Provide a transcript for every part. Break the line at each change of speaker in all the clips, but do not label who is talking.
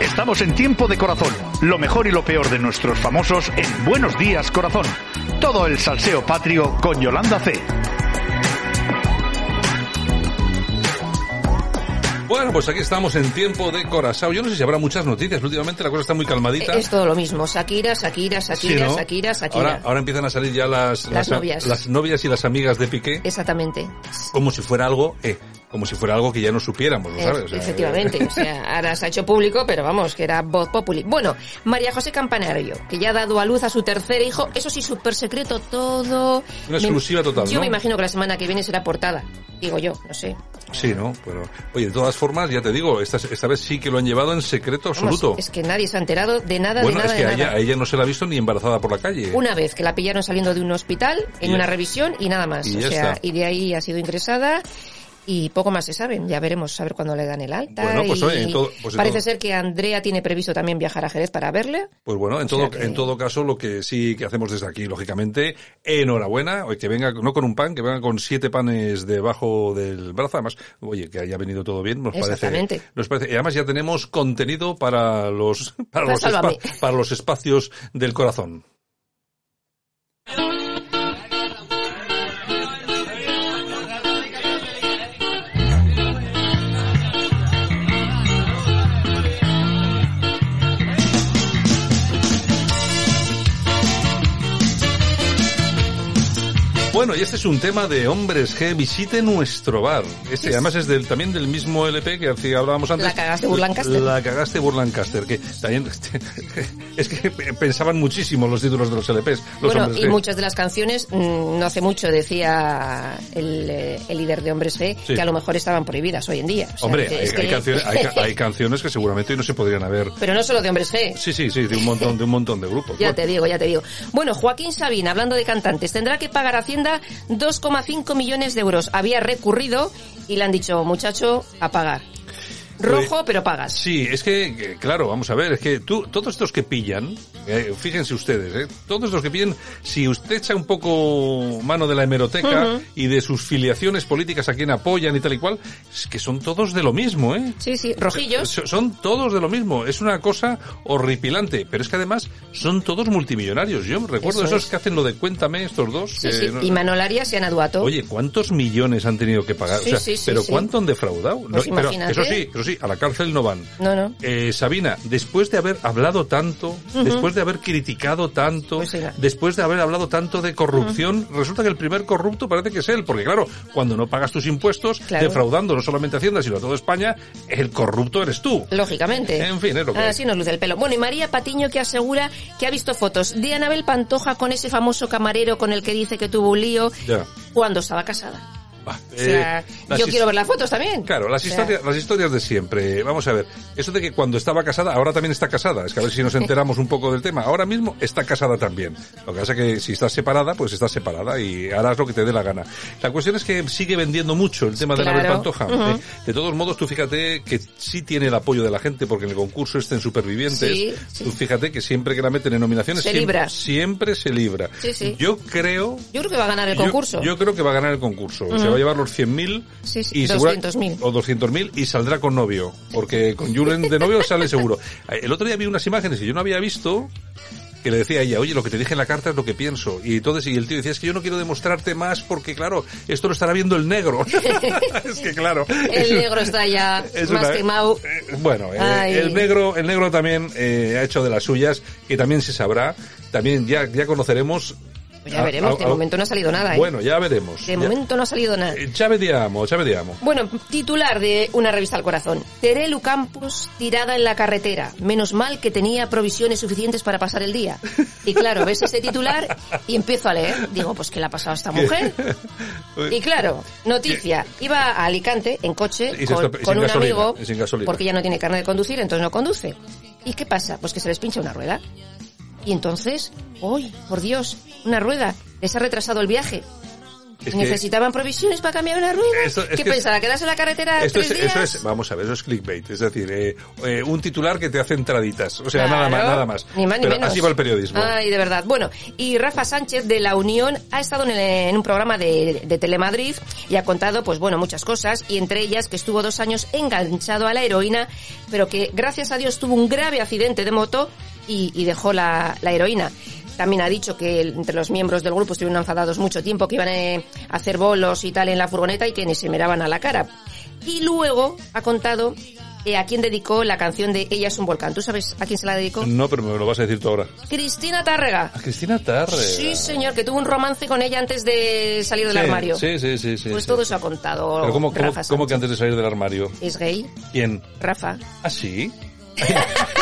Estamos en tiempo de corazón, lo mejor y lo peor de nuestros famosos en Buenos Días Corazón. Todo el salseo patrio con Yolanda C.
Bueno, pues aquí estamos en tiempo de Corazao. Yo no sé si habrá muchas noticias. Últimamente la cosa está muy calmadita.
Es todo lo mismo. Shakira, Shakira, Shakira,
Sí, ¿no?
Shakira, Shakira.
Ahora, ahora empiezan a salir ya las,
Las novias.
las novias y las amigas de Piqué
Exactamente.
como si fuera algo, eh, como si fuera algo que ya no supiéramos, ¿lo
Eh,
sabes? O sea,
Efectivamente, o sea, ahora se ha hecho público, pero vamos, que era voz populi. Bueno, María José Campanario, que ya ha dado a luz a su tercer hijo, eso sí, súper secreto todo.
Una
Me-
exclusiva total,
Yo
¿no?
me imagino que la semana que viene será portada, digo yo, no sé.
Eh, Sí, ¿no? Bueno, oye, de todas formas, ya te digo, esta, esta vez sí que lo han llevado en secreto
Vamos,
absoluto.
es que nadie se ha enterado de nada,
bueno,
de nada,
es que
de
a ella,
nada.
a ella no se la ha visto ni embarazada por la calle.
Una vez que la pillaron saliendo de un hospital, en
Y-
una revisión y nada más.
y
o
ya
sea,
está.
y de ahí ha sido ingresada y poco más se sabe. Ya veremos a ver cuándo le dan el alta.
Bueno, pues,
y-
oye, en todo- pues en
parece
todo-
ser que Andrea tiene previsto también viajar a Jerez para verle.
Pues bueno, en
sea
todo,
que-
en todo caso, lo que sí que hacemos desde aquí, lógicamente, enhorabuena, oye, que venga, no con un pan, que venga con siete panes debajo del brazo, además, oye, que haya venido todo bien, nos
Exactamente.
parece, nos parece, y además ya tenemos contenido para los, para
Para
los, espa-
Sálvame.
para los espacios del corazón. Bueno, y este es un tema de hombres G, visite nuestro bar. Este, además es del, también del mismo LP que hacía- hablábamos antes.
La cagaste, Burlancaster.
La cagaste Burlancaster, que también, es que pensaban muchísimo los títulos de los LPs, los
bueno,
hombres
y
G.
muchas de las canciones, mm, no hace mucho decía el, eh, el líder de Hombres G,
Sí.
que a lo mejor estaban prohibidas hoy en día. O sea,
Hombre,
que
hay,
es
hay
que-
canciones, hay, ca- hay canciones que seguramente hoy no se podrían haber.
Pero no solo de Hombres G.
Sí, sí, sí, de un montón, de un montón de grupos.
Ya
Bueno,
te digo, ya te digo. Bueno, Joaquín Sabina, hablando de cantantes, tendrá que pagar a Hacienda 2,5 millones de euros. Había recurrido y le han dicho, muchacho, a pagar. Rojo, pero pagas.
Sí, es que, que, claro, vamos a ver, es que tú, todos estos que pillan, eh, fíjense ustedes, eh, todos los que pillan, si usted echa un poco mano de la hemeroteca y de sus filiaciones políticas a quien apoyan y tal y cual, es que son todos de lo mismo, ¿eh?
Sí, sí, rojillos.
So- Son todos de lo mismo, es una cosa horripilante, pero es que además son todos multimillonarios. Yo recuerdo
Eso
esos
es.
que hacen lo de Cuéntame, estos dos.
Sí,
que
sí.
no-
Y Manol Arias y Ana Duato.
Oye, ¿cuántos millones han tenido que pagar? o
Sí,
sea,
sí, sí,
pero
sí.
¿cuánto han defraudado? No,
Pues
pero
imagínate.
eso sí, eso sí, a la cárcel no van.
No, no.
Eh, Sabina, después de haber hablado tanto, después de haber criticado tanto,
Pues mira.
después de haber hablado tanto de corrupción, resulta que el primer corrupto parece que es él, porque claro, cuando no pagas tus impuestos,
Claro.
defraudando no solamente a Hacienda, sino a toda España, el corrupto eres tú.
Lógicamente. Ah,
En fin, es lo que
Así nos luce el pelo. Bueno, y María Patiño que asegura que ha visto fotos de Anabel Pantoja con ese famoso camarero con el que dice que tuvo un lío
Ya.
cuando estaba casada.
Va,
O sea,
eh, las
yo
his-
quiero ver las fotos también.
Claro, las
O sea,
historias, las historias de siempre. Vamos a ver, eso de que cuando estaba casada, ahora también está casada. Es que a ver si nos enteramos un poco del tema. Ahora mismo está casada también. Lo que pasa es que si estás separada, pues estás separada y harás lo que te dé la gana. La cuestión es que sigue vendiendo mucho el tema de la
Claro.
Pantoja. ¿eh? De todos modos, tú fíjate que sí tiene el apoyo de la gente, porque en el concurso este en Supervivientes,
Sí, sí.
tú fíjate que siempre que la meten en nominaciones,
Se
siempre,
libra.
siempre se libra.
Sí, sí.
Yo creo
Yo creo que va a ganar el
yo-
concurso.
Yo, creo que va a ganar el concurso. Se va a llevar los 100.000
Sí, sí,
y segura-
200.000.
o 200.000 y saldrá con novio. Porque con Julen de novio sale seguro. El otro día vi unas imágenes que yo no había visto que le decía a ella, oye, lo que te dije en la carta es lo que pienso. Y entonces, y el tío decía, es que yo no quiero demostrarte más porque, claro, esto lo estará viendo el negro. es que, claro. es
El
un-
negro está ya
es
más
una-
quemado.
eh, bueno, eh,
Ay.
el negro, el negro también eh, ha hecho de las suyas, que también se sabrá, también ya, ya conoceremos
Pues ya veremos, de
ah, ah,
momento no ha salido nada, ¿eh?
Bueno, ya veremos.
De
Ya-
momento no ha salido nada.
Eh, Ya vediamo, ya vediamo.
Bueno, titular de una revista al corazón. Terelu Campos tirada en la carretera. Menos mal que tenía provisiones suficientes para pasar el día. Y claro, ves este titular y empiezo a leer. Digo, pues ¿qué le ha pasado a esta mujer? Y claro, noticia. Iba a Alicante en coche
Y se
con,
estrope- y sin
con un
gasolina,
amigo
y sin gasolina.
porque ya no tiene carne de conducir, entonces no conduce. ¿Y qué pasa? Pues que se les pincha una rueda. Y entonces, ¡ay, por Dios! Una rueda. Les ha retrasado el viaje.
Es que-
¿Necesitaban provisiones para cambiar una rueda?
Esto- es
¿Qué
que-
pensaba? ¿Quedarse en la carretera
Esto es,
tres días?
eso es, vamos a ver, eso es clickbait, es decir, eh, eh, un titular que te hace entraditas, o sea,
Claro.
nada más, nada más.
Ni más ni
Pero
menos.
así va el periodismo.
Ay, de verdad. Bueno, y Rafa Sánchez de La Unión ha estado en, el- en un programa de, de Telemadrid y ha contado, pues bueno, muchas cosas, y entre ellas que estuvo dos años enganchado a la heroína, pero que gracias a Dios tuvo un grave accidente de moto y, y dejó la, la heroína. También ha dicho que el- entre los miembros del grupo estuvieron enfadados mucho tiempo, que iban eh, a hacer bolos y tal en la furgoneta y que ni se miraban a la cara. Y luego ha contado eh, a quién dedicó la canción de Ella es un volcán. ¿Tú sabes a quién se la dedicó?
No, pero me lo vas a decir tú ahora.
Cristina Tárrega.
A Cristina Tarre.
Sí, señor, que tuvo un romance con ella antes de salir del
Sí,
armario.
Sí, sí, sí. sí,
pues
sí.
todo eso ha contado.
Pero ¿cómo, cómo,
Rafa Sánchez.
cómo que antes de salir del armario?
Es gay,
¿Quién?
Rafa.
¿Ah, sí?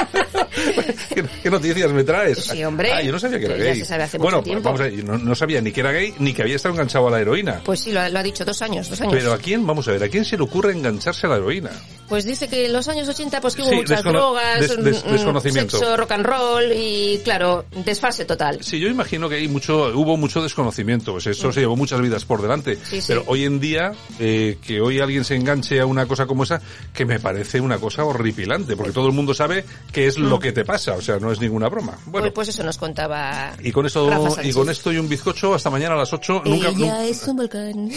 ¿Qué, qué noticias me traes?
Sí, hombre.
Ah, yo no sabía que era
Pero ya
gay.
se sabe hace
bueno,
mucho tiempo.
vamos a ver, yo no, no sabía ni que era gay ni que había estado enganchado a la heroína.
Pues sí, lo ha, lo ha dicho, dos años, dos años.
Pero a quién, vamos a ver, ¿a quién se le ocurre engancharse a la heroína?
Pues dice que en los años 80 pues que hubo
Sí,
muchas
descono-
drogas,
des- des-
mm, mm,
desconocimiento.
sexo, rock and roll y, claro, desfase total.
Sí, yo imagino que hay mucho, hubo mucho desconocimiento, pues eso se llevó muchas vidas por delante.
Mm. Sí, sí.
Pero hoy en día, eh, que hoy alguien se enganche a una cosa como esa, que me parece una cosa horripilante,
Pues
porque todo el mundo sabe que es lo que te pasa, o sea, no es ninguna broma. Bueno,
Mm. Pues, pues eso nos contaba
y con
Rafa
esto, y
Sánchez.
con esto y un bizcocho, hasta mañana a las 8, nunca,
Ella
nunca-
es un volcán.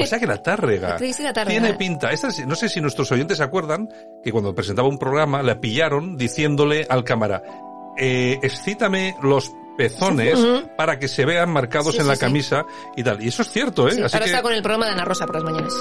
O sea que la tárrega.
Cristina Tárrega.
Tiene pinta. Esta es- no sé si nuestros oyentes se acuerdan que cuando presentaba un programa la pillaron diciéndole al cámara, eh, excítame los pezones para que se vean marcados
Sí,
en
sí,
la
sí.
camisa y tal. Y eso es cierto, ¿eh?
Sí,
así,
ahora
que,
está con el programa de Ana Rosa por las mañanas.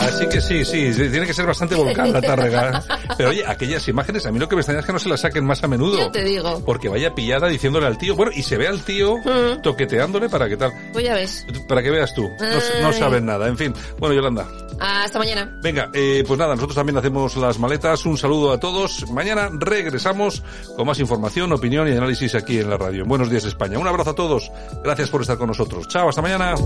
así que sí, sí, sí, tiene que ser bastante volcán la tárrega. Pero oye, aquellas imágenes, a mí lo que me extraña es que no se las saquen más a menudo.
Ya te digo.
Porque vaya pillada diciéndole al tío, bueno, y se ve al tío
Mm.
toqueteándole para que tal.
Pues ya ves.
Para que veas tú, no, no
Ay.
saben nada. En fin, bueno, Yolanda,
Hasta mañana.
Venga, eh, pues nada, nosotros también hacemos las maletas. Un saludo a todos. Mañana regresamos con más información, opinión y análisis aquí en la radio. Buenos días España. Un abrazo a todos. Gracias por estar con nosotros. Chao, hasta mañana.